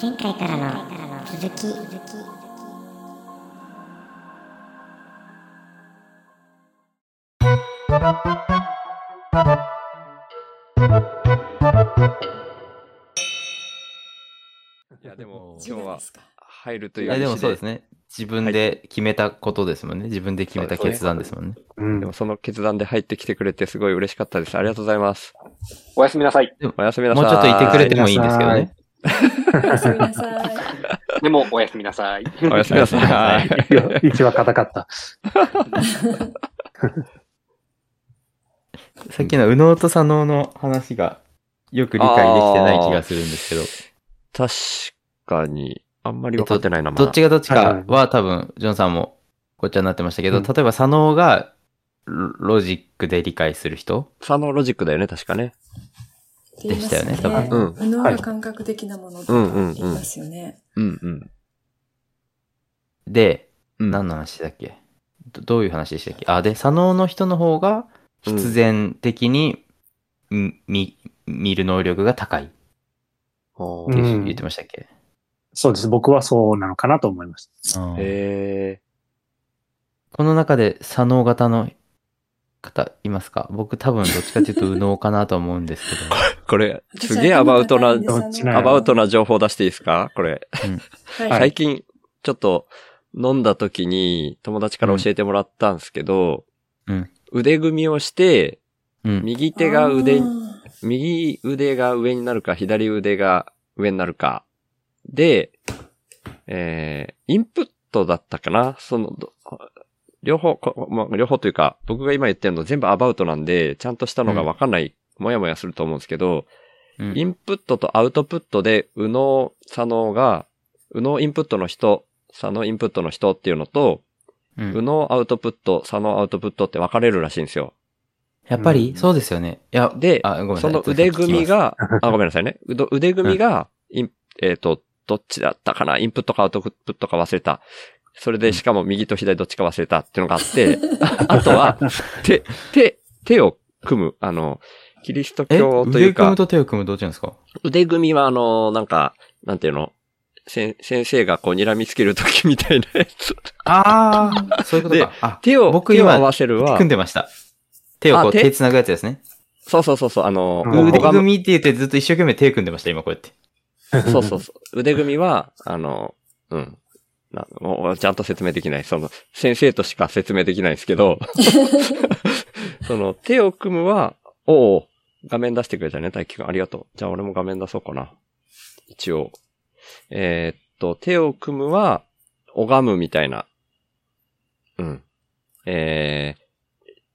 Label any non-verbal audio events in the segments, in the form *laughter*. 前回からの続きい *laughs* や、でもおー今 *laughs* 日はすか。入るといいうやでもそうですね。ね。自分で決めたことですもんね。自分で決めた決断ですもんね。うんでもその決断で入ってきてくれてすごい嬉しかったです。ありがとうございます。おやすみなさい。おやすみなさも。いうちょっといてくれてもいいんですけどね。おやすみなさい。でも、おやすみなさい。おやすみなさい。いい *laughs* 一は硬かった。さっきの右脳と左脳の話がよく理解できてない気がするんですけど。確かに、あんまり分かってないな、まだどっちがどっちはいはかいは多分、ジョンさんもこっちゃになってましたけど、うん例えば左脳がロロジックで理解する人サノロジックだよね、確かね。でしたよね多分うん右脳が感覚的なものって言いますよね。うんうん。で、うん何の話だっけどどういう話でしたっけあ、で、左脳の人の方が必然的に、ん見見る能力が高いってほうーん言ってましたっけ、そうです。僕はそうなのかなと思いました。うんへこの中で左脳型の方いますか僕多分どっちかっていうと右脳かなと思うんですえ。 *laughs* これ、すげえアバウトな、アバウトな情報出していいですかこれ。はい。はい最近、ちょっと飲んだ時に友達から教えてもらったんですけど、うん腕組みをして、けど。うん。右手が腕にあー右腕が上になるか、左腕が上になるか。で、えー、インプットだったかなその、ど両方、こまあ、両方というか、僕が今言ってるの全部アバウトなんで、ちゃんとしたのがわかんない、もやもやすると思うんですけど、うんインプットとアウトプットで、右脳、左脳が、右脳インプットの人、左脳インプットの人っていうのと、うん右脳アウトプット、左脳アウトプットって分かれるらしいんですよ。やっぱり、そうですよね。いや、であごめんなさそいの腕組みが、あ、ごめんなさいね。うど腕組みが、インえっ、と、どっちだったかなインプットかアウトプットか忘れた。それで、しかも右と左どっちか忘れたっていうのがあって、 *laughs* あとは、手、手、手を組む。あの、キリストえ、教という腕組かむ、と手を組むどっちなんですか腕組みはあの、なんか、なんていうの先先生がこう睨みつけるときみたいなやつ。ああ、そういうことか。あ、手を、僕手を今合わせるは組ん、でました。手をこあう、手手繋ぐやつですね。そうそうそうそう、あの、うん腕拝む組みって言ってずっと一生懸命手組んでました、今こうやって。 *laughs* そうそうそう。腕組みは、あの、うん。なもうちゃんと説明できない。その、先生としか説明できないですけど、その、手を組むは、おう画面出してくれたね、大輝くん。ありがとう。じゃあ俺も画面出そうかな。一応。えーっと、手を組むは、拝むみたいな。うん。え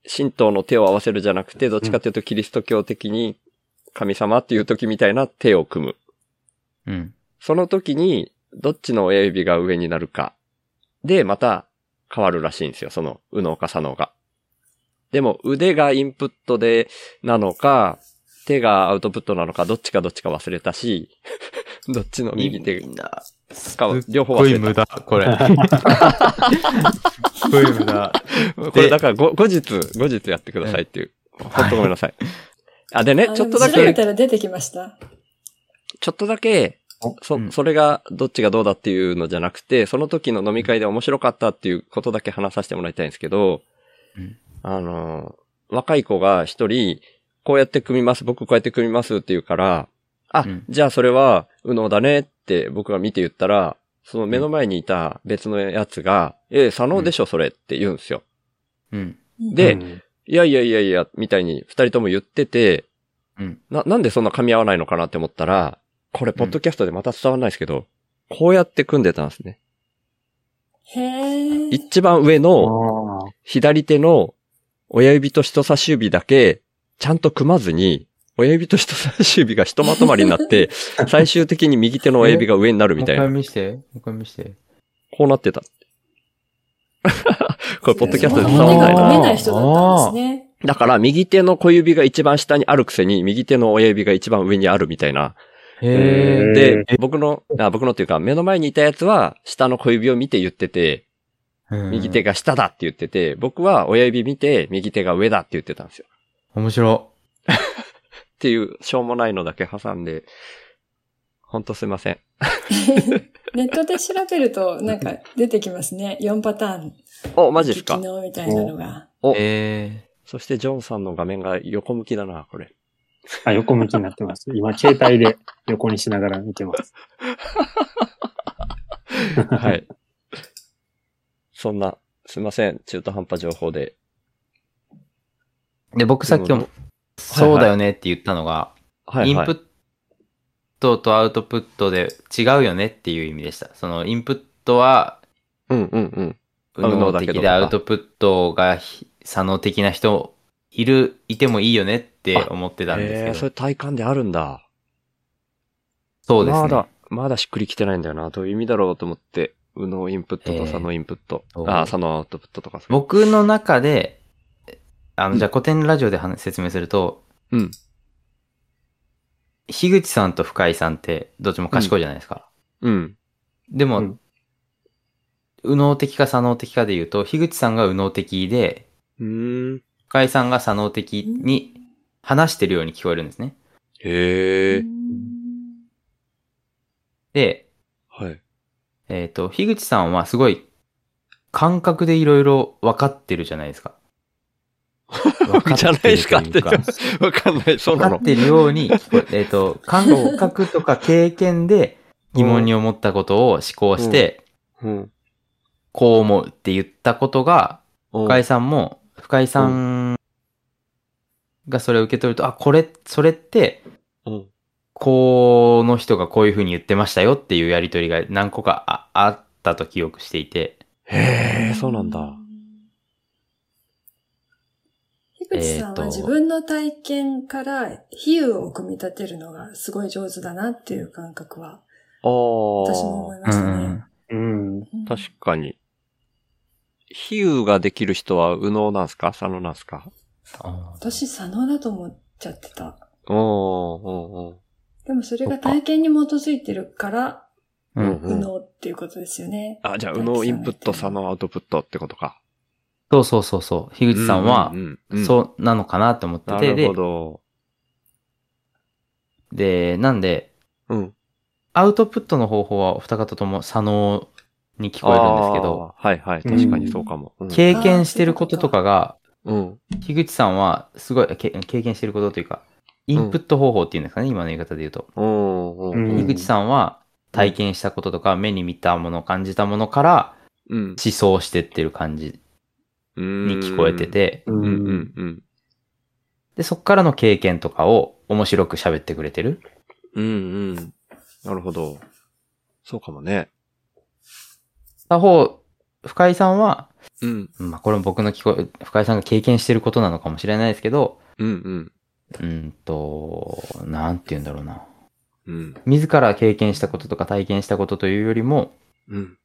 ー、神道の手を合わせるじゃなくて、どっちかっていうとキリスト教的に神様っていう時みたいな手を組む。うん。その時に、どっちの親指が上になるか。で、また変わるらしいんですよ。その、右脳か左脳が。でも、腕がインプットで、なのか、手がアウトプットなのか、どっちかどっちか忘れたし、 *laughs* どっちの右手な、か、両方す忘れっごい無た。駄、これ。 *laughs* すっごい無駄。これだからご、後日、後日やってくださいっていう。ほんとごめんなさい。あ、でね、あちょっとだでも調べけ、たら出てきました。ちょっとだけ、そ、それがどっちがどうだっていうのじゃなくて、その時の飲み会で面白かったっていうことだけ話させてもらいたいんですけど、うんあの、若い子が一人、こうやって組みます、僕こうやって組みますって言うから、あ、うんじゃあそれは、右脳だねって僕が見て言ったら、その目の前にいた別のやつが、え、左脳でしょ、それって言うんですよ。うん。でうんいやいやいやいや、みたいに二人とも言ってて、うんな、なんでそんな噛み合わないのかなって思ったら、これ、ポッドキャストでまた伝わんないですけど、こうやって組んでたんですね。へえ。一番上のあー左手の親指と人差し指だけ、ちゃんと組まずに、親指と人差し指がひとまとまりになって、最終的に右手の親指が上になるみたいもうな。一回見して、もう一回見して。こうなってた。 *laughs* これ、ポッドキャストで伝そうわですねんない目がな。見えない人だったんですね。 *laughs* だから、右手の小指が一番下にあるくせに、右手の親指が一番上にあるみたいな。へえ。で、僕の、あ僕のっていうか、目の前にいたやつは、下の小指を見て言ってて、うん右手。が下だって言ってて、僕は親指見て、右手が上だって言ってたんですよ。面白っていう、しょうもないのだけ挟んで、ほんとすいません。ネットで調べると、なんか出てきますね。4パターン。お、マジですか昨日みたいなのが。お、えそしてジョンさんの画面が横向きだな、これ。あ、横向きになってます。今、携帯で横にしながら見てます。はい。 *laughs* そんな、すいません。中途半端情報で。ーで、僕さっなきるも、そうだよねって言ったのが、はい、はい。インプットとアウトプットで違うよねっていう意味でした。そのインプットはうんうんうん。右脳右脳だけ的どでアウトプットがひ左脳的な人いる、いてもいいよねって思ってたんえでー、すそけどれ。体感であるんだ。そうですまねだ。、まだしっくりきてないんだよな。どういう意味だろうと思って、右脳インプットと左脳インプット。えーあおあ、う左脳アウトプットとか。僕の中で、あの、じゃあ古典ラジオで話説明すると、うん。樋口さんと深井さんってどっちも賢いじゃないですか。うん。でも、うん右脳的か左脳的かで言うと、樋口さんが右脳的で、うーん。深井さんが左脳的に話してるように聞こえるんですね。へえ。で、はい。えっ、と、樋口さんはすごい感覚でいろいろ分かってるじゃないですか。分じゃないですかっってていうかわかんない。そう分なかのっ。てるよう *laughs* に聞こえ、えっと、感覚とか経験で疑問に思ったことを思考して、うん。こう思うって言ったことが、うん深井さんも、深井さんがそれを受け取ると、あ、これ、それって、うん。この人がこういう風に言ってましたよっていうやりとりが何個かああったと記憶していて、へえ、そうなんだ。。樋口さんえーとは自分の体験から比喩を組み立てるのがすごい上手だなっていう感覚はあ私も思あい。ましたね。うん。うん確かに。比喩ができる人は右脳なんすか左脳なんすかあー私、左脳だと思っちゃってた。おおでもそれが体験に基づいてるから、ううんうんんう右ん。脳っていうことですよね。あ、じゃあ、右脳インプット、左脳アウトプットってことか。そうそうそうそう。樋口さんはう、んうんうんそうなのかなと思ってなて、るでほ、ど。で、なんで、うん。アウトプットの方法はお二方とも左脳に聞こえるんですけど、あー。はいはい。確かにそうかも。うん経験してることとかが、うん。樋口さんはすごいけ経験してることというか、インプット方法っていうんですかね、今の言い方で言うと。うん。うん。うん樋口さんは体験したこととか、目に見たもの、感じたものからうん。思想してってる感じに聞こえて。て、うんううんんうん。で、そっからの経験とかを面白く喋ってくれてる。うんうん。なるほど。そうかもね。他方、深井さんは、うん。まあ、これも僕の聞こえ、深井さんが経験してることなのかもしれないですけど、うんうんと、なんて言うんだろうな。うん。うん。自ら経験したこととか体験したことというよりも、うん。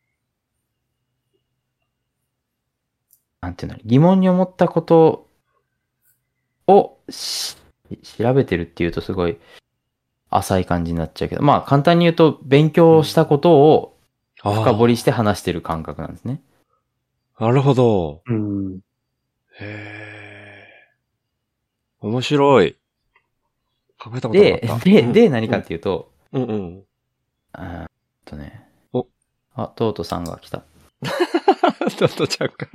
なんていうの、疑問に思ったことをし調べてるっていうとすごい浅い感じになっちゃうけど、まあ簡単に言うと勉強したことを深掘りして話してる感覚なんですね。なるほど。うん。へー面白い。考えたことなでかっ、た。で、うんで、何かっていうと、うんうん。 *laughs* あーっとね。おあ、トートさんが *laughs* 来た。ちょっとちゃうか。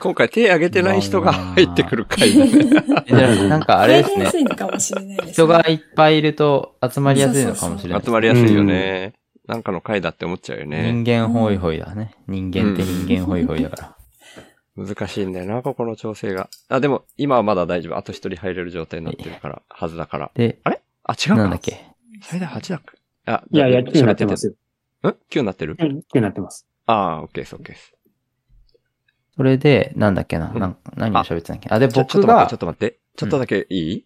今回手挙げてない人が入ってくる回だ *laughs* ね。 *laughs* えなんかあれ *laughs* です入りやねす。いのかもしれないです、ね。人がいっぱいいると集まりやすいのかもしれないです集まりやすいよね。なんかの回だって思っちゃうよね。人間ホイホイだね。人間って人間ホイホイだから。難しいんだよな、ここの調整が。あ、でも、今はまだ大丈夫。あと一人入れる状態になってるから、はずだから。で、あ、違うかなんだっけ最大8だっけあ、いやいや、9になって喋ますよ。てん ?9 になってる、うん、9になってます。ああ、オッケーです、オッケーです。それで、なんだっけな、うんなん何を喋ってたっけあ、で、ちょちょ僕っと待って、がちょっ、と待って。ちょっとだけいい、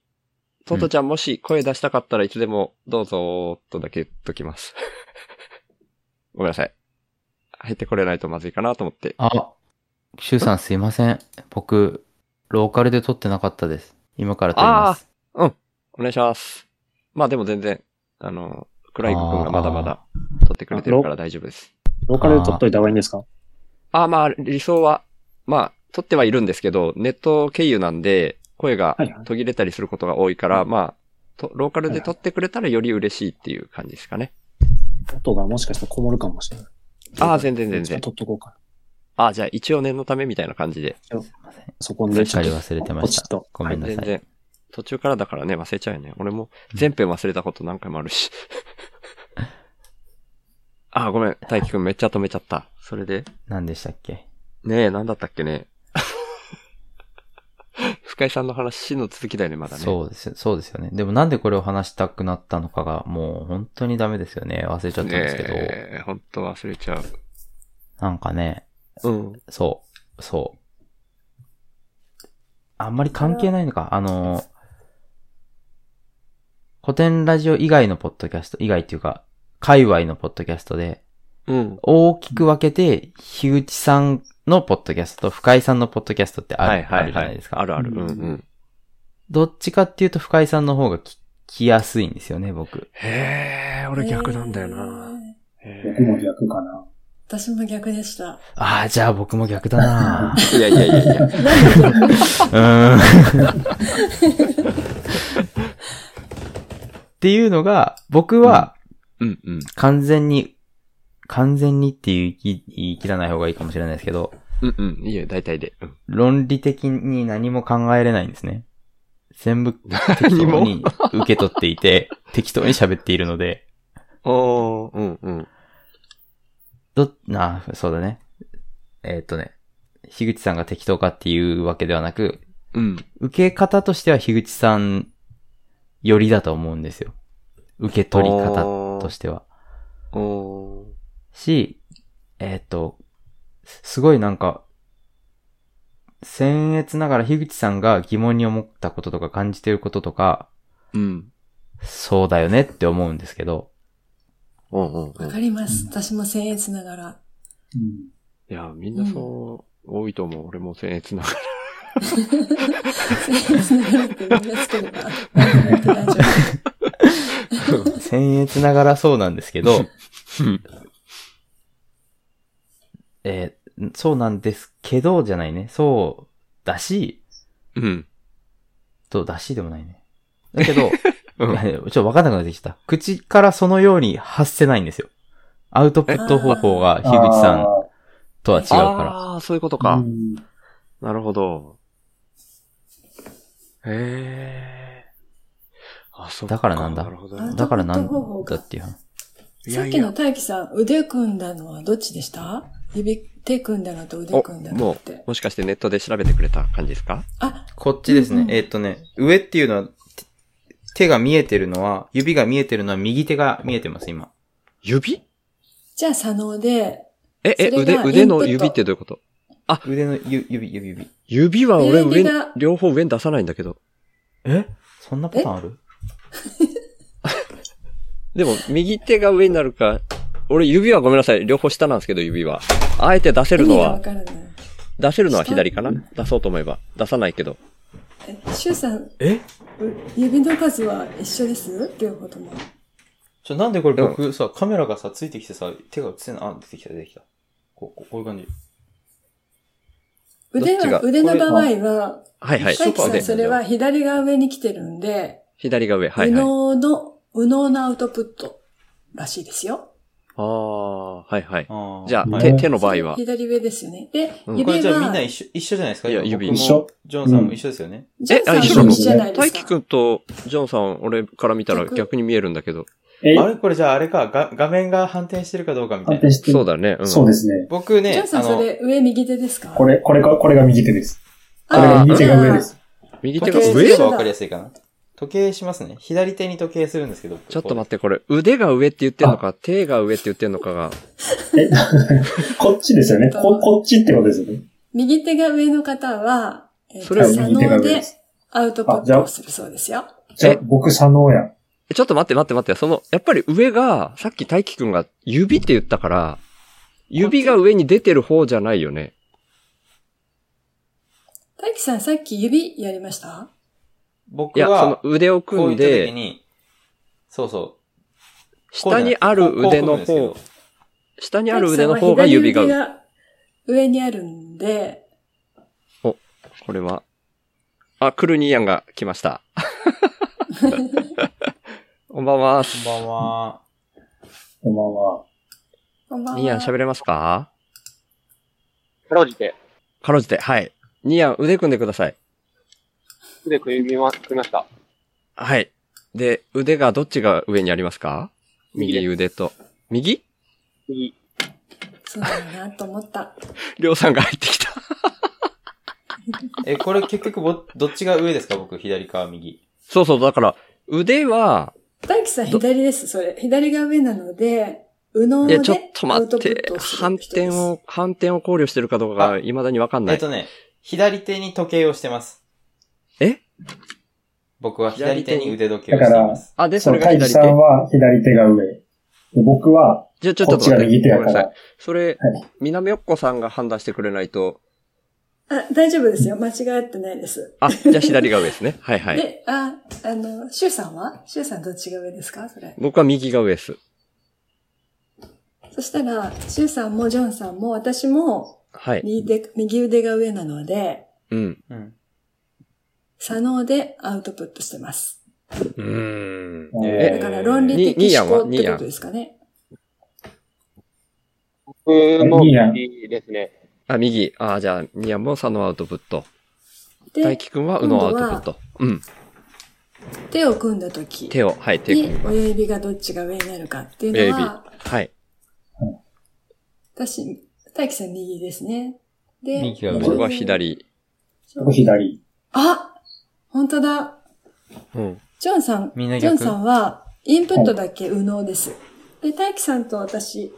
トトちゃんもし声出したかったらいつでもどうぞーとだけ言っときます。 *laughs* ごめんなさい。入ってこれないとまずいかなと思って。あ、シュウさんすいません。僕、ローカルで撮ってなかったです。今から撮ります。お願いします。まあでも全然、あの、クライグ君がまだまだ撮ってくれてるから大丈夫です。ローカルで撮っといた方がいいんですかああまあ、理想は、まあ、撮ってはいるんですけど、ネット経由なんで、声がはいはい途切れたりすることが多いから、まあ、とローカルで撮ってくれたらより嬉しいっていう感じですかね。音がもしかしたらこもるかもしれない。ああ、全然全然。取っとこうか。ああ、じゃあ一応念のためみたいな感じで。そこすっでちょかっりと。忘れてましポチッたと。ごめんなさい。全然。途中からだからね、忘れちゃうよね。俺も全編忘れたこと何回もあるし。あー、ごめん。大輝くんめっちゃ止めちゃった。それで何でしたっけねえ、なんだったっけね。 *laughs* 深井さんの話、死の続きだよね、まだね。そうですよ、そうですよね。でもなんでこれを話したくなったのかが、もう本当にダメですよね。忘れちゃったんですけど。ねえ、本当忘れちゃう。なんかね、うん。そう、そう。あんまり関係ないのか。あの、古典ラジオ以外のポッドキャスト、以外っていうか、界隈のポッドキャストで、うん。大きく分けて、樋口さんのポッドキャストと深井さんのポッドキャストってある,、はいはいはいあるじゃないですか。あるある。ううんんうん。どっちかっていうと深井さんの方が聞きやすいんですよね、僕。へえ、俺逆なんだよな。。僕も逆かな。私も逆でした。ああ、じゃあ僕も逆だないやいやいやいや。 *laughs* うーん。っていうのが、僕は *laughs* うんうん。完全に、完全にっていう言い言い切らない方がいいかもしれないですけど、うんうん。いいよ、大体で。うん論理的に何も考えれないんですね。*laughs* 全部適何当もに受け取っていて、適当に喋っているので、おー、うんうん。ど、な、そうだね。えーっとね、樋口さんが適当かっていうわけではなく、うん。受け方としては樋口さんよりだと思うんですよ。受け取り方としては。おー。し、えーっと、すごいなんか、僭越ながら樋口さんが疑問に思ったこととか感じてることとか、うん。そうだよねって思うんですけど、うんうんうわん。かります。私も僭越ながら。いや、みんなそう、多いと思う。俺も僭越ながら。 *laughs* 僭越ながらってみんなつければ、なんとなく大丈僭越ながらそうなんですけど、 *laughs* えーそうなんですけど、じゃないね。そうだし、うん。と、だしでもないね。だけ *laughs* ど、ういんや。ちょっとわかんなくなってきた。口からそのように発せないんですよ。アウトプット方法が樋口さんとは違うかああ、そういうこととかか。。なるほど。へえ。あ、そうだからなんだなるほどあら。ーだからなアウトプット方ん法だがっていう。夫。さっきの大輝さん、腕組んだのはどっちでした指、手組んだのと腕組んだおのもって。もしかしてネットで調べてくれた感じですかあ、こっちですねう。んえーっとね、上っていうのは、て手が見えてるのは、指が見えてるのは右手が見えてます、今。指じゃあ左脳で、え、それえ、が腕、インプット腕の指ってどういうこと腕のゆ指、指、指。指は俺上指にが、両方上に出さないんだけど。えそんなパターンあるでも、右手が上になるか、俺指はごめんなさい、両方下なんですけど、指は。あえて出せ意る味のがわは、からない。出せるのは左かな出そうと思えば。出さないけど。え、シュウさん、えう指の数は一緒です両方とも。ちょ、なんでこれ僕さ、カメラがさ、ついてきてさ、手が映せない。あ、出てきた、出てきた。こう、こうこういう感じ。腕どっちがは、腕の場合は、はいはい。大輝さでんそれは左が上に来てるんで、左が上、はい右はい。脳の、右脳のアウトプットらしいですよ。ああ、はいはい。あーじゃあ、はい手、手の場合は。左上ですよね。で、うんこれ指じゃあみんはな、一緒、一緒じゃないですかいや今指僕も一緒ジョンさんも一緒ですよね。ジョンさんえあも一一緒緒じゃないで大す輝か。くんとジョンさん、俺から見たら逆逆に見えるんだけど。え、あれこれじゃああれか、が画面が反転してるかどうかみた安いな定。してるそうだね。うん、そうですね。僕ジョねン、さあんその、れ上右手ですかこれ、これが、これが右手です。これあがー右手が上です。右手時が計す上ればわかりやすいかな。時計しますね。左手に時計するんですけど。ちょっと待って、これ、腕が上って言ってんのか、手が上って言ってんのかが、え、 *laughs* こっちですよね。こ、こっちってことですよね。右手が上の方は、えーそれは左右手が脳上でです。アウトプットをするそうですよ。じゃあ、僕、左脳や。えちょっと待って待って待って、その、やっぱり上が、さっき大輝くんが指って言ったから、指が上に出てる方じゃないよね。大輝さんさっき指やりました僕いや、はそ、の腕をこう組んいった時で、に、そうそう。こうじ下ゃなくにてある腕の。こうこう組むん方です、下にある腕の方が指が大輝上。さんは左腕が上にあるん *laughs* で、これは。あ、クルニアンが来ました。こんばんは。けどこんばんは。こんばんは。こんばんは。ニーヤン喋れますかかろうじて、かろうじて、はい。ニーヤン腕組んでください。腕組みま、組みました。はい。で、腕がどっちが上にありますか右です右腕と。右右。そうだよなと思った。りょうさんが入ってきた。え、これ結局ぼ、どっちが上ですか僕、左か右。そうそう、だから、腕は、大輝さん左です、それ。左が上なので、右脳いでや、ちょっとア待ウトっプッてト、をす反る人で転す。を、反転を考慮してるかどうかがあ未だにわかんなえっい。とね、左手に時計をしてます。え僕は左手に腕時計をしています。あ、で、そそのれがカイジ左さ手ん。は左手が上。で僕は、じゃ、ちょ、ちこょっっちとが待右っ手て。ごやめんかなさらい。。それ、南よっこさんが判断してくれないと、あ、大丈夫ですよ。間違ってないです。あ、じゃあ左が上ですね。 *laughs* はいはい。で、あ、あの、シュウさんはシュウさんどっちが上ですかそれ。僕は右が上です。そしたら、シュウさんもジョンさんも私もはい。右手右腕が上なので、うん。うん。左脳でアウトプットしてます。うーん。えだから論理にニー的ヤン思は考ってことですかね。僕もいいやん右ですね。あ、右。あ、じゃあ、ニアも左のアウトプット。で、大輝くんは右のアウトプット。うん。手を組んだ時手を、はい、手組にみます。親指がどっちが上になるかっていうのは、はい。私、大輝さん右ですね。で、右が上僕は。左。僕左。あ本当だ。うん。ジョンさん、ジみんな逆ョンさんは、インプットだけ右脳です。で、大輝さんと私、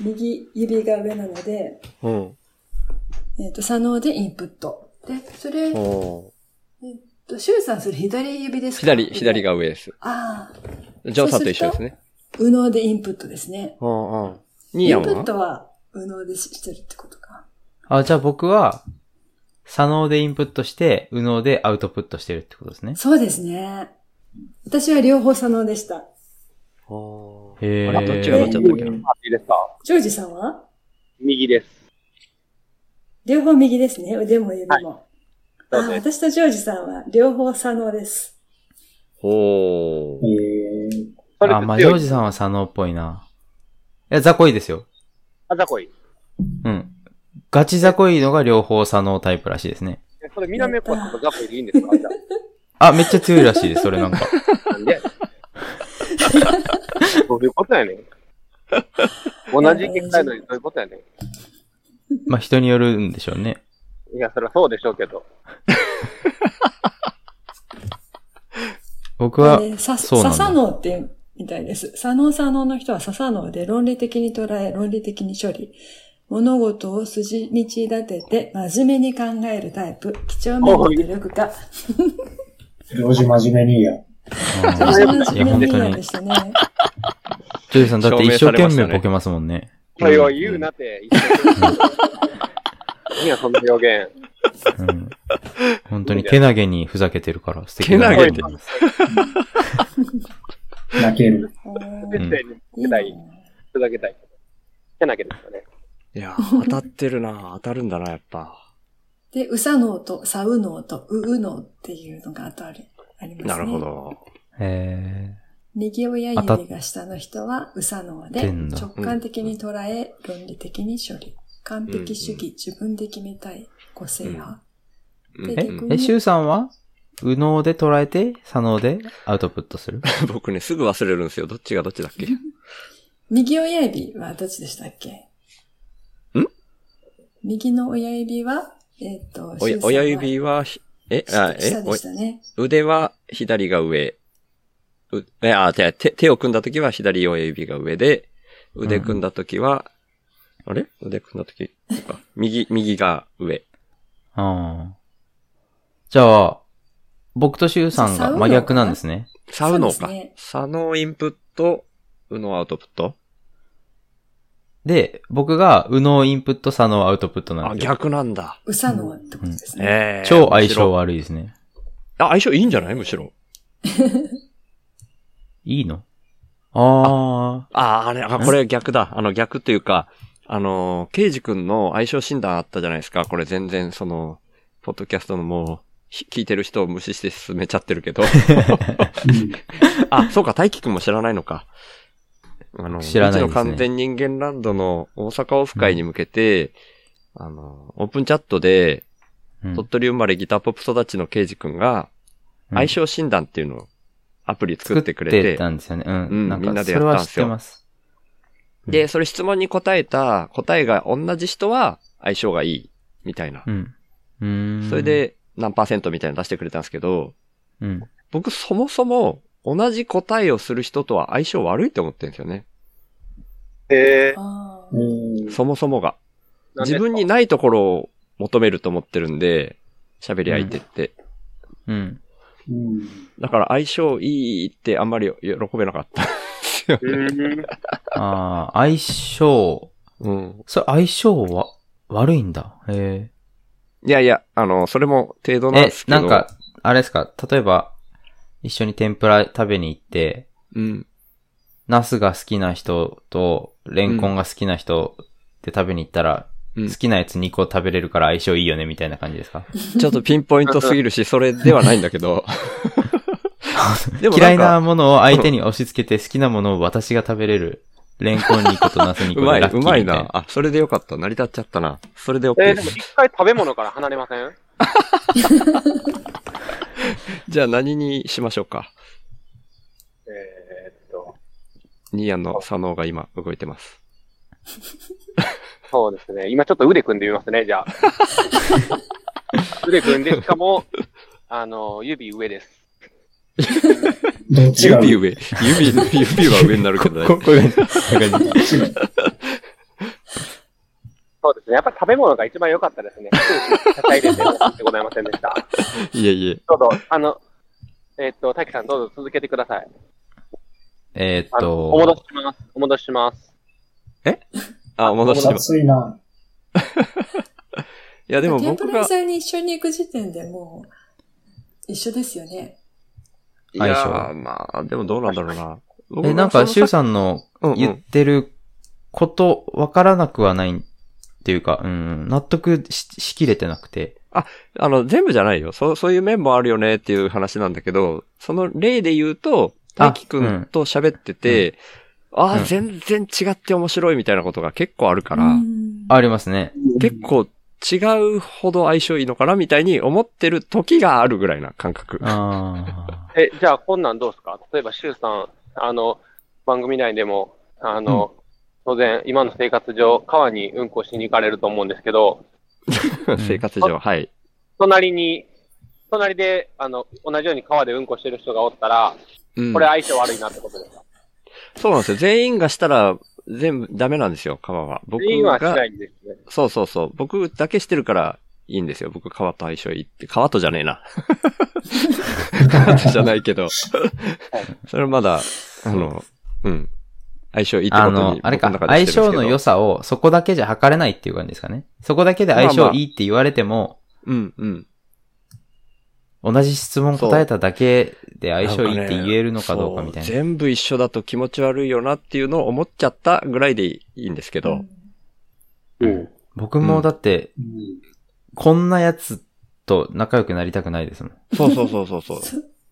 右指が上なので、うん。えっ、と、左脳でインプット。で、それ、えっおーと、シュウさんそれ左指ですか左、左。が上です。ああ、ジョンさんと一緒ですね。右脳でインプットですね。うんうん。ニーイヤンンプッはトは右脳でしてるってことか。あ、じゃあ僕は、左脳でインプットして、右脳でアウトプットしてるってことですね。そうですね。私は両方左脳でした。おーへあれどっちーが上っちゃったっけなあいいですかジョージさんは右です。両方右ですね。腕も指も。あそうあ、です。私とジョージさんは両方左脳です。ほー。えー、それあ、まあ、ジ強ョーい。ジさんは左脳っぽいな。いや、雑魚いですよ。あざこい。うん。ガチ雑魚いのが両方左脳タイプらしいですね。えそれ南横さんとざこいでいいんですかじゃあ、めっちゃ強いらしいです、それなんか。あなん *laughs* でどういうことやねん。同じ結果やのにどういうことやねん。まあ、人によるんでしょうね。いや、そりゃそうでしょうけど。僕は、でさそうなんだ左脳っていうみたいです。左脳左脳の人は左脳で論理的に捉え、論理的に処理。物事を筋道立てて真面目に考えるタイプ。几帳面な努力家。両手真面目にや。うん真面目ないや、本メデ当ィアにで。したね。ジョージさん、だって一生懸命ボケますもんね。それを言うなって、一緒に。何や、その表現。うん。本当に、けなげにふざけてるから、素敵けなげてます。泣ける。うん先生いにいいたないふざけたい。けなきゃですかね。いやー、当たってるな当たるんだな、やっぱ。で、うさ脳と左右脳と右右脳っていうのがあとありありますね。なるほ。ど。え右親指が下の人は右左脳当たでってんだ直感的に捉え、論理的に処理。完璧主義、自分で決めたい、個性派。うんえうんー、え、シュウさんは右脳で捉えて、左脳でアウトプットする。僕ね、すぐ忘れるんですよ。どっちがどっちだっけ右親指はどっちでしたっけん右の親指は、えっ、と、おシやュウさんは親指はひ、え、下、あえ下、でしたね。お腕は左が上。う、え、あ、じゃあ手、手を組んだときは左親指が上で、腕組んだときは、あれ腕組んだとき、そっか右、右が上。ああ。じゃあ、僕とシュウさんが真逆なんですね。サウノそうかですね。サノインプット、ウノアウトプットで、僕が右脳インプット、左脳アウトプットなあ、んですよ。逆なんだ。右左脳ってことですね。ええ超相性は。悪いですね。あ、相性いいんじゃないむしろ。いいのああ。ああ、あれ、あ、これ逆だ。あの、逆というか、あのー、ケイジ君の相性診断あったじゃないですか。これ全然、その、ポッドキャストのもう、ひ聞いてる人を無視して *laughs* 進めちゃってるけど。あ、そうか、大輝君も知らないのか。あの、知らないですうちのね完全人間ランドの大阪オフ会に向けて、あの、オープンチャットで、うん鳥取生まれギターポップ育ちのケイジ君が、相性診断っていうのをアプリ作ってくれ作て、たんですよね。うんう。んなんみんなか、そでれやったはん知っすてよます。で、それ質問に答えた答えが同じ人は相性がいい、みたいなう。ん。うーん。それ、で何パーセントみたいなの出してくれたんですけど、うん。僕そもそも同じ答えをする人とは相性悪いと思ってるんですよね。えあうーん。そもそもが。ー、自分になないところを求めると思ってるんで、喋り相手って。うん。うん。だから相性いいってあんまり喜べなかった。んですか。ああ、相性。うん。それ、相性は、悪いんだ。へいやいや、あの、それも程度え。なんでえす、けど。なんか、あれですか、例えば、一緒に天ぷら食べに行って、うん。ナスが好きな人と、レンコンが好きな人で食べに行ったら、うん好きなやつ2個食べれるから相性いいよね、みたいな感じですかちょっとピンポイントすぎるし、それではないんだけ *laughs* ど。 *laughs* でも嫌ないんなか、ものを相手に押し付けて好きなものを私が食べれる。レンコン2個とナス2う個までい、ラッキうーみたまいいな。な。あ、それでよかった。成り立っちゃったな。それで OK えでー、でもす。一回食べ物から離れませんじゃあ何にしましょうか。えーっと、ニーヤンの左脳が今動いてます。そうですね。今ちょっと腕組んでみますね、じゃあ。腕組んで、しかも、あの、指上です。どっちが指上。指、指は上になるけどね。こういう感じ。そうですね。やっぱり食べ物が一番良かったですね。高いですね。申し訳ございませんでした。いえいえ。どうぞ、あの、えーっと、滝さんどうぞ続けてください。 *laughs* えーっあと、の、お戻しします。お戻しします。あ、戻してます。熱いな。いや、でも天ぷ僕ら屋が、さんに一緒に行く時点でもう、一緒ですよね。い相性やー、まあ、でもどうなんだろうな。僕がえ、なんそのか、シュウさんのうんうん言ってること、わからなくはないっていうか、うん、納得ししきれてなくて。あの、全部じゃないよ。そう、そういう面もあるよねっていう話なんだけど、その例で言うと、あ大輝くんと喋ってて、あ、あー、全然違って面白いみたいなことが結構あるから、うんありますね。結構違うほど相性いいのかなみたいに思ってる時があるぐらいな感覚。 *laughs* あえ、じゃあ、こんなんどうですか例えば、シュウさん、あの、番組内でも、あの、当然、今の生活上、川にうんこしに行かれると思うんですけど、ん生活上、はい。隣に、隣で、あの、同じように川でうんこしてる人がおったら、うんこれ相性悪いなってことですか、そうなんですよ。全員がしたら、全部ダメなんですよ、川は。僕全員はしがな、いんですね。そうそうそう。僕だけしてるからいいんですよ。僕、川と相性いいって。川とじゃねえな。川と *laughs* *laughs* じゃないけど。それまだ、あの、うん。相性いいってこあとにの、あれか、僕中で相してる性んですけどの良さをそこだけじゃ測れないっていう感じですかね。そこだけで相まあ性まあいいって言われても、うん、うん。同じ質問答えただけで相性いいって言えるのかどうかみたいそな。全部一緒だと気持ち悪いよなっていうのを思っちゃったぐらいでいいんですけど。うん。僕もだって、うんこんなやつと仲良くなりたくないですもん。そうそうそうそうそう。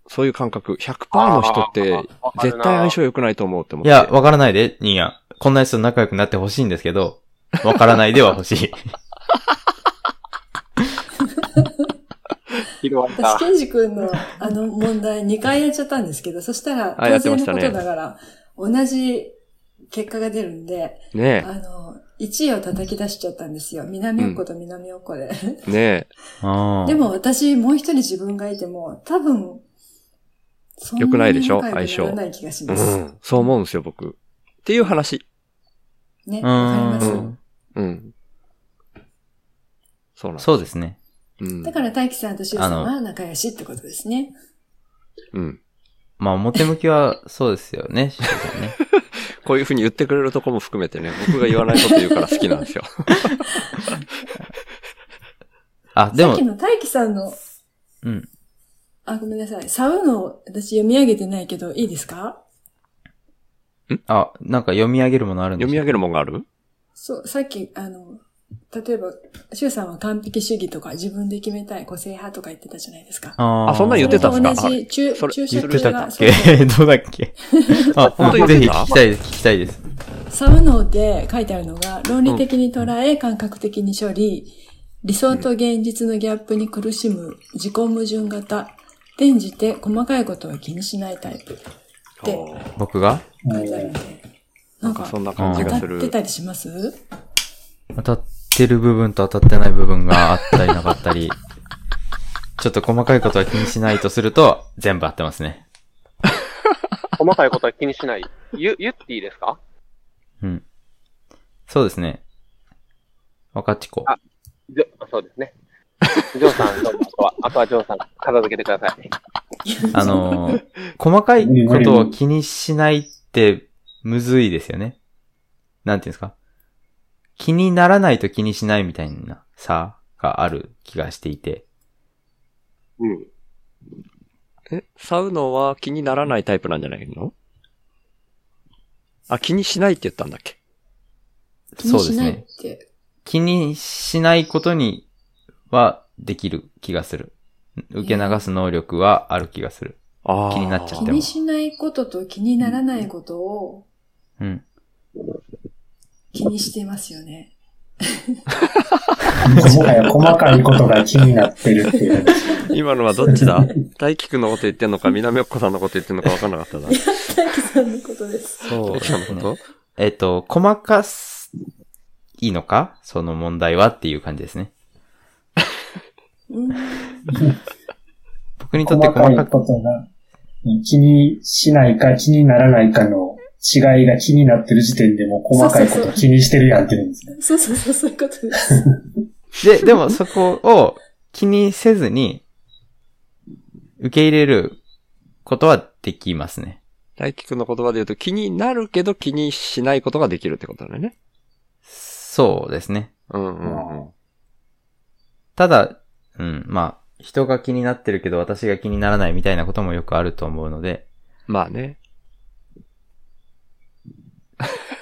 そういう感覚。100%の人って、絶対相性良くないと思うって思っいて。や、わからないで、ニーヤン。こんなやつと仲良くなってほしいんですけど、わからないでは欲しい。拾われた私、。ケンジ君のあの問題2回やっちゃったんですけど、そしたらあや当ってま然しのたこねとだから、同じ結果が出るんで、ねあの、1位を叩き出しちゃったんですよ。南おっこと南おっこで。え、ね *laughs* あーで、も私、もう一人自分がいても、多分、そん良くないでしょ仲良くならない気がしえ。うます。ん。そう思うんですよ、僕。っていう話。ね、うわかりまうす。んうん。そうなんそうですね。うん。だから、大輝さんとシュウさんは仲良しってことですね。うん。まあ、表向きはそうですよ *laughs* ね、シュウさんね。こういうふうに言ってくれるとこも含めてね、僕が言わないこと言うから好きなん *laughs* ですよ。あ、でさっもき、の大輝さんの、うん。あ、ごめんなさい。サウの、私読み上げてないけど、いいですかあ、なんか読み上げるものあるんで読すみ上かげるもんがあるそう、さっき、あの、例えば、シュウさんは完璧主義とか自分で決めたい個性派とか言ってたじゃないですか。あーあそんなん言ってたんですそかれと同じ注それ注言射っ系てたが、っそうそうけ *laughs* どうだっけあ、本当言ぜっひて聞たきたいです。聞きたいです。サムノーで書いてあるのが、論理的に捉え、感覚的に処理、理想と現実のギャップに苦しむ、自己矛盾型、転じて細かいことは気にしないタイプって僕が書いてあるんで、ななんんかか、そ当んな感じたがっするて。たりします当たってる部分と当たってない部分があったりなかったり、 *laughs* ちょっと細かいことは気にしないとすると、全部合ってますね。細かいことは気にしない。ゆ、言っていいですかうん。そうですね。若ちこ。あじょそうですね。ジョーさん、どうぞあとは、あとはジョーさん、片付けてください。あのー、細かいことを気にしないって、むずいですよね。なんていうんですか。気にならないと気にしないみたいな差がある気がしていて。うん。え、サウノは気にならないタイプなんじゃないのあ、気にしないって言ったんだっけ *laughs* 気にしないって。気にしないことにはできる気がする。受け流す能力はある気がする。ああ。気になっちゃっ気てにしないことと気にならないことをうん。気にしてますよね。もはや細かいことが気になってるっていう。今のはどっちだ大輝くんのこと言ってんのか、南岡さんのこと言ってんのか分かんなかったな。大輝さんのことです。そう大輝さんのことえっと、細かす、いいのかその問題はっていう感じですね。うん僕にとって細か細いかこく、とが気にしないか気にならないかの違いが気になってる時点でもう細かいこそうそうと気にしてるやんって言うんですね。そうそうそう、そういうことです。で、でもそこを気にせずに、受け入れることはできますね。大輝くんの言葉で言うと、気になるけど気にしないことができるってことだよね。そうですね。うんうんうん。ただ、うん、まあ、人が気になってるけど私が気にならないみたいなこともよくあると思うので、まあね。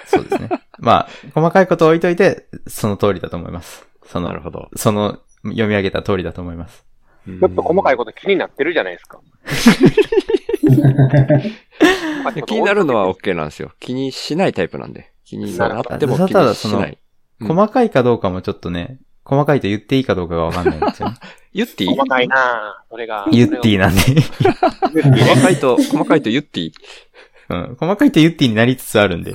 そうですね。まあ、細かいことを置いといて、その通りだと思います。そなるの、ほど。その、読み上げた通りだと思います。ちょっと細かいここと気になってるじゃないですか。気になるのは OK なんですよ。気にしないタイプなんで。気になってもそう気にしたなだい。うん細かいかどうかもちょっとね、細かいと言っていいかどうかがわかんないんです *laughs* よね。言っていい細かいなぁ。それが。言っていいなんで、細かいと、細かいと言っていいうん。細かいと言っていいになりつつあるんで。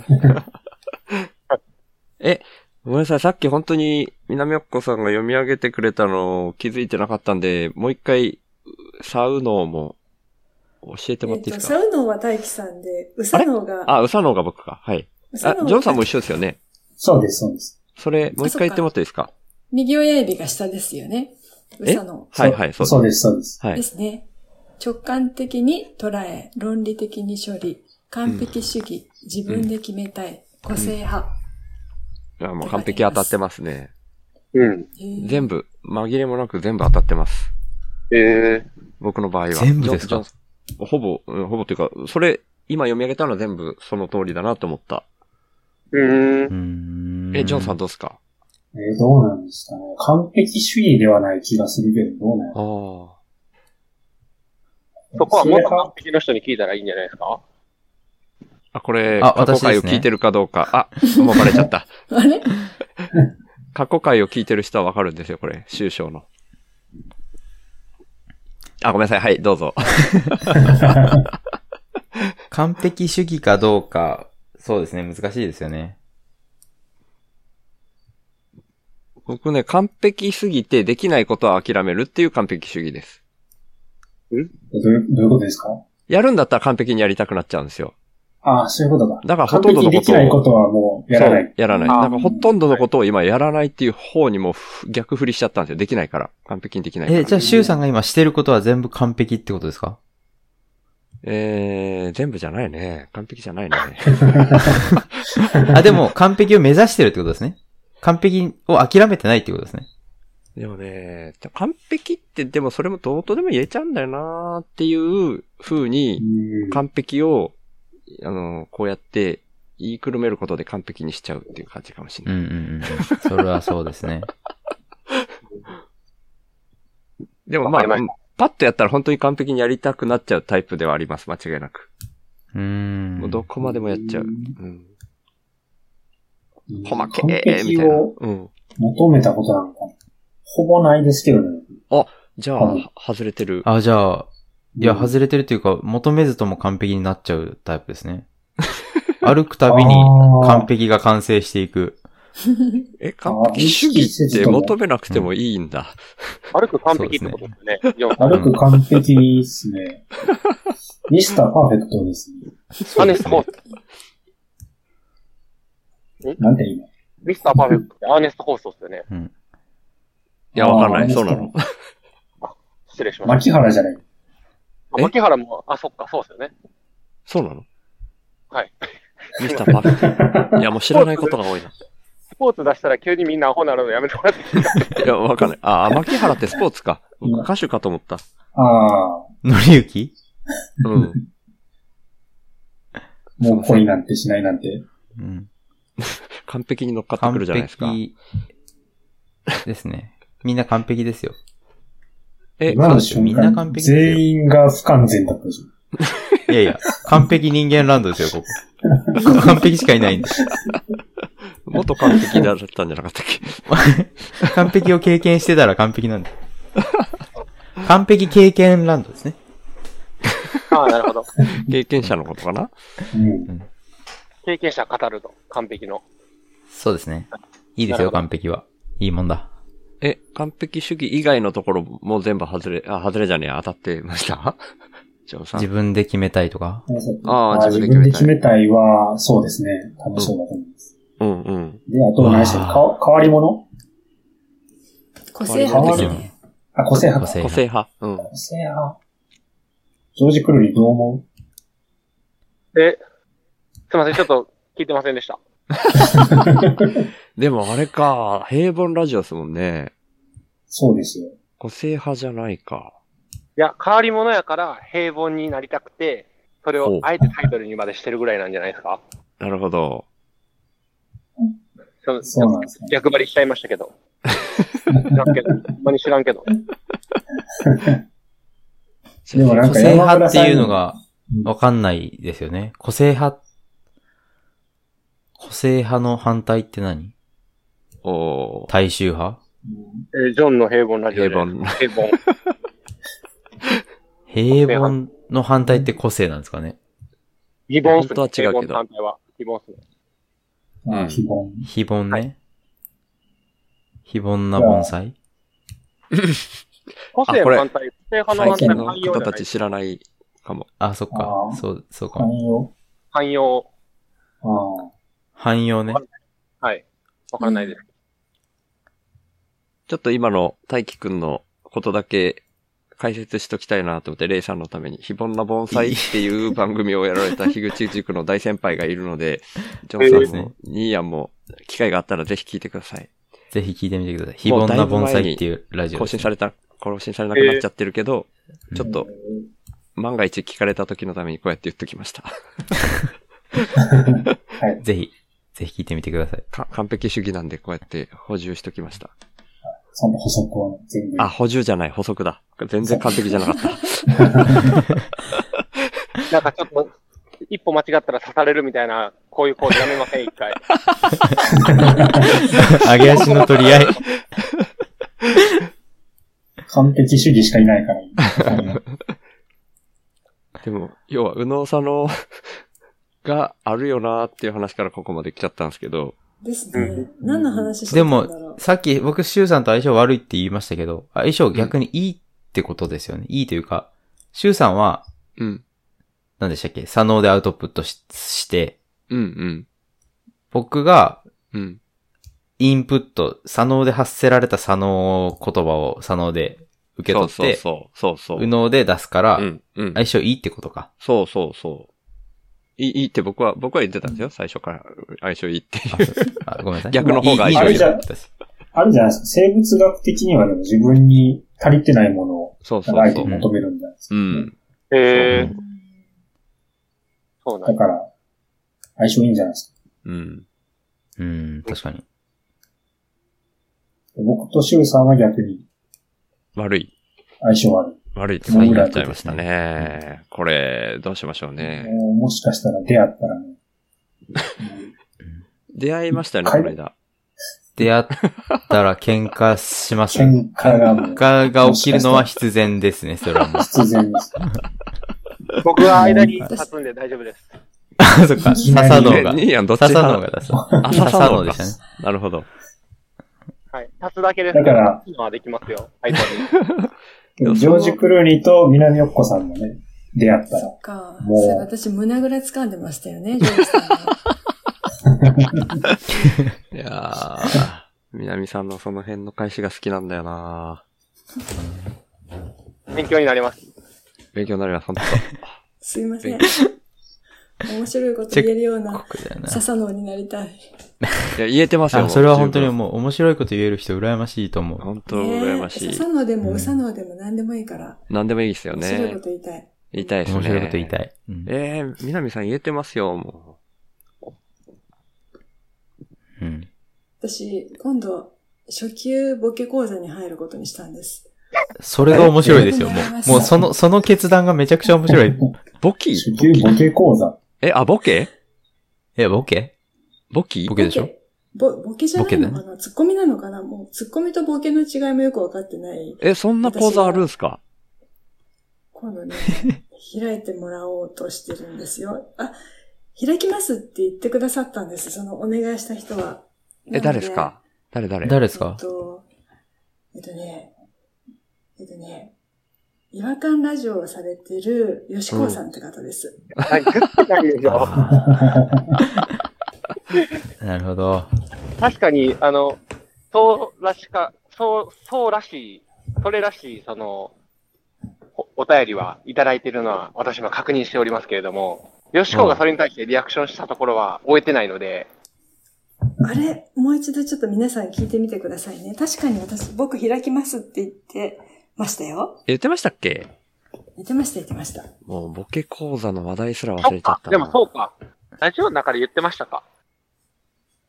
ごめんなさい、さっき本当に南よっこさんが読み上げてくれたのを気づいてなかったんで、もう一回、サウノーも教えてもえらっっていいと、ですか、サウノーは大輝さんで、ウサノーが、あ、ウサノーが僕か。はい。ウサあ、ノーがジョンさんも一緒ですよね。そうです、そうです。それ、もう一回言ってもらっていいですか右親指が下ですよね。ウえサノはいはい、そうです。そうです、そうです。はー。いで。すね。直感的に捉え、論理的に処理、完璧主義、自分で決めたい、個性派。あもう完璧当たってますね。うん。全部、紛れもなく全部当たってます。えー、僕の場合は。全部ですかジョンジョンほぼ、うんほぼというか、それ、今読み上げたのは全部その通りだなと思った。うー。うんーんえ、ジョンさんどうですかえーどうなんですかね。完璧主義ではない気がするけど、どうなんああ。そこはもっと完か。璧の人に聞いたらいいんじゃないですかあ、これ、あ過去私で回すねを聞いてるかどうか。あ、もうバレちゃった。 *laughs* あれ過去回を聞いてる人はわかるんですよ、これ。終章の。あ、ごめんなさい。はい、どうぞ。完璧主義かどうか、そうですね、難しいですよね。僕ね、完璧すぎてできないことは諦めるっていう完璧主義です。どういうどういうことですかやるんだったら完璧にやりたくなっちゃうんですよ。ああ、そういうことか。だからほ完とんど璧のでこときを。ないことはもうやらなそうい。やらない。あーなんかほとんどのことを今やらないっていう方にもふ逆振りしちゃったんですよ。できないから。完璧にできないから。え、じゃあ、シュウさんが今してることは全部完璧ってことですかえー、全部じゃない *laughs* ね。完璧じゃないね。あ、でも、完璧を目指してるってことですね。完璧を諦めてないってことですね。でもね、完璧ってでもそれもどうとでも言えちゃうんだよなーっていう風にう、ん完璧を、あの、こうやって言いくるめることで完璧にしちゃうっていう感じかもしれうんなうい。んうん。それはそうですね。でもまあ、わかりうんパッとやったら本当に完璧にやりたくなっちゃうタイプではあります。間違いなく。うーん。もうどこまでもやっちゃう。うん。うん細けー完み璧たいな。をうん。求めたことなんか、ほぼないですけどね。じゃあ、うん外れてる。あ、じゃあ、いや、ず外れてるというか、求めずとも完璧になっちゃうタイプで *laughs* すね。歩くたびに完璧が完成していく。え、完璧主義って求めなくてもいいんだ。歩く完璧ってことですね。ジョンさん歩く完璧です *laughs* ね。ミスターパーフェクトですね。アネスト・ホース。なんて今。ミスター・パーフェクトってアーネスト・ホーストですよね。いや、わかんあなーい。そうなの。失礼しまし牧原じゃない。た。え牧原も、あ、そっか、そうですよね。そうなのはい。ミスターパーフェ *laughs* クト。いや、もう知らないことが多いな。スポーツ出したら急にみんなアホなるのやめてもらっていいですかいや、わかんない。あ、あ牧原ってスポーツか。僕歌手かと思った。ああ、のりゆきうん。もう恋なんてしないなんて。うん。完璧に乗っかってく完るじゃないですか。璧ですね。みんな完璧ですよ。え、今のみ瞬んな完璧間、ですよ全員が不完全だったじいやいや、完璧人間ランドですよ、ここ。完璧しかいないんです。もっと完璧だったんじゃなかったっけ完璧を経験してたら完璧なんです。完璧経験ランドですね。ああ、なるほど。経験者のことかなゃん。うん。経験者語ると、完璧の。そうですね。いいですなるよ、ほど完璧は。いいもんだ。え、完璧主義以外のところも全部外れ、あ、外れじゃねえ、当たってましたジョンさん。自分で決めたいとか。ああー自自分分でで決決めめたいは、そうですね。楽しそうだと思います。うんうん。で、あと何でしたっけか変わり者個性派です変わるね。あ、個性個派か。性個性派。うん。個性派。ジョージ・クルーリーどう思え、すいません、ちょっと聞いてませんでした。でもあれか、平凡ラジオですもんね。そうですよ。個性派じゃないか。いや、変わり者やから平凡になりたくて、それほうをあえてタイトルにまでしてるぐらいなんじゃないですかなるほど。そそうなんですね。逆張りしちゃいましたけど。 *laughs* 知らんけど。ほんまに知らんけど。でもなん個か性山派村ってさんいにうのがわかんないですよね。個性派。個性派の反対って何おー。大衆派えージョンの平凡ラジオ平凡。で平凡。平凡の反対って個性なんですかね疑問っす本ね。当は違うけど平凡の反対は疑問っすね。うん基本。非凡ね。非凡な盆栽個性の反対、個性派の最反対近はの寛容じ方ゃなたいち知らないかも。あ、そっあかー。そう、そうか寛も。容。寛容。ああ。汎用ね。はい。わからないです。ちょっと今の大輝くんのことだけ解説しときたいなと思って、レイさんのために、非凡な盆栽っていう番組をやられた樋口塾の大先輩がいるので、ジョンさんも、ニーヤンも、機会があったらぜひ聞いてください。ぜひ聞いてみてください。非凡な盆栽っていうラジオ更です新ね。された、更新されなくなっちゃってるけど、えーちょっと、万が一聞かれた時のためにこうやって言っときました。ぜひ、ぜひ聞いてみてください。か完璧主義なんでこうやって補充しときました。その補足を全部。あ、補充じゃない、補足だ。全然完璧じゃなかった。なんかちょっと、一歩間違ったら刺されるみたいな、こういうコースやめません、一 *laughs* 回。揚げ足の取り合い。完璧主義しかいな *laughs* いから。でも、要は、右脳さの *laughs* があるよなーっていう話からここまで来ちゃったんですけど、ですね。何の話してでたんだろも、さっき僕、シュウさんと相性悪いって言いましたけど、相性逆にいいってことですよね。いいというか、シュウさんは、うん。何でしたっけ左脳でアウトプットしして、うん僕がうん。うん。インプット、左脳で発せられた左脳言葉を左脳で受けそう取っそうて、そう。そうそう。右脳で出すから、うん。うん。相性いいってことか。そうそうそう。いい、いいって僕は、僕は言ってたんですよ。最初から。相性いいって。あそうあごめんなさい。逆の方が相性いいだったですあるじゃないですか。生物学的にはでも自分に足りてないものを、そうそあうえそてう。求めるんじゃないですかうね、ん。へうえ。そうなんだだ。から、相性いいんじゃないですうん。うん、確かに。僕と周さんは逆に悪い。相性悪い。悪いってことになっちゃいましたね。これ、どうしましょうね。もうもしかしたら出会ったらね。出会いましたよね、この間。出会ったら喧嘩しますね。 *laughs* 喧嘩がもう喧嘩が起きるのは必然ですね、それは *laughs* もう。必 *laughs* 然です。僕は間に立つんで大丈夫です。あ、そっか、笹野が。ニーヤンどっち笹野派が出した。あ、笹笹野野ででししたたねね。なるほど。はい。立つだけです。だから、今はできますよ。相手に。ジョージ・クルーニーと南奥子さんがね、出会ったそら。っか。もうそれ私胸ぐら掴んでましたよね、ジョージさんはいやー、 *laughs* 南さんのその辺の返しが好きなんだよな勉強になります。勉強になります、ほんと。すいません勉。面白いこと言えるような国だよな。笹野になりたい。いや、言えてますよ。あ、それは本当にももう面白いこと言える人羨ましいと思う十分。う。本当、羨ましねえい笹。野でうも宇ん佐野でも何でもいいから、何でもいいですよ面白いこね。と言いたい。言いたいですね。面白いこと言いたい。うんえー、南さん言えてますよ、もうん。私、今度、初級ボケ講座に入ることにしたんです。それが面白いですよ、もありがう。とうもございますうその、その決断がめちゃくちゃ面白い。う。ボキ初級ボケ講座。え、あ、ボケ *laughs* え、ボケボキボケでしょボボケじゃないのボかな、ツッコミなのかなもう、ツッコミとボケの違いもよくわかってない。え、そんな講座あるんすか今 *laughs* 度ね、開いてもらおうとしてるんですよ。あ、開きますって言ってくださったんです。そのお願いした人は。え、誰ですか誰誰誰でですかえっと、えっとね、えっとね、違和感ラジオをされてる吉川さんって方です。はい。ないでしょ。なるほど。確かに、あの、そうらしか、そう、そうらしい、それらしい、その、おお便りはいただいているのは私も確認しておりますけれども、吉子がそれに対してリアクションしたところは終えてないので、あれもう一度ちょっと皆さん聞いてみてくださいね。確かに私、僕開きますって言ってましたよ。言ってましたっけ言ってました、言ってました。もうボケ講座の話題すら忘れちゃったな。でもそうか。ラジオの中で言ってましたか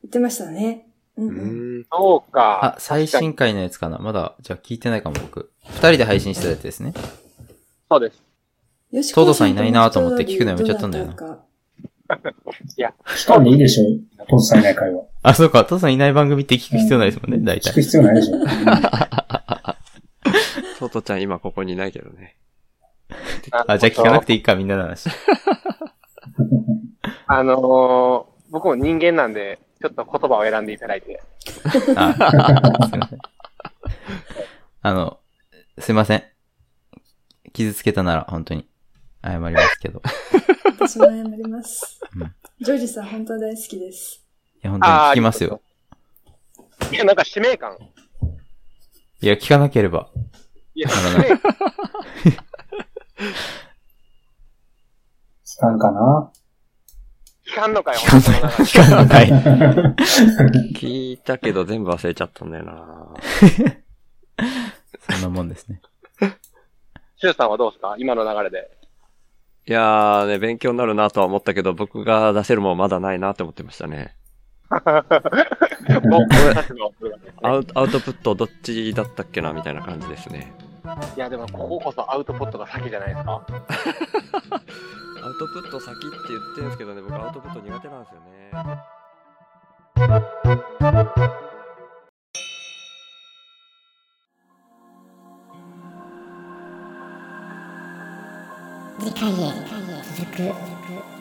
言ってましたね。うんううん。ーん。そうあか、。最新回のやつかな。まだ、じゃあ聞いてないかも、僕。二人で配信してたやつですね。そうです。東藤堂さんいないなと思って聞くのやめちゃったんだよな期間でいいでしょトンさんいない会話。あ、そうか。父さんいない番組って聞く *laughs* 必要ないですもんね、大聞体く。必要な *laughs* いでしょ。ソトちゃん今ここにいないけどね。あ、じゃあ聞かなくていいか、みんなの話。あのー僕も人間なんで、ちょっと言葉を選んでいただいて。あ、すいません。あの、すいません。傷つけたなら、本当に。謝りますけど。私も謝りますうん。ジョージさん本当は大好きです。いや、本当に聞きますよ。いや、なんか使命感。いや、聞かなければ。*laughs* いや、な使るほど命感。期間かな聞かんのかよ。聞かない。聞かない。聞いたけど全部忘れちゃったんだよなそんなもんですね。シュウさんはどうですか今の流れで。いやーね、勉強になるなとは思ったけど、僕が出せるもんまだないなって思ってましたね。 *laughs* 僕たちの部分ですねアウトアウトプットどっちだったっけなみたいな感じですね。いやでもこここそアウトポットが先じゃないですか。アウトプット先って言ってるんですけどね、僕アウトプット苦手なんですよね。次回へ続く。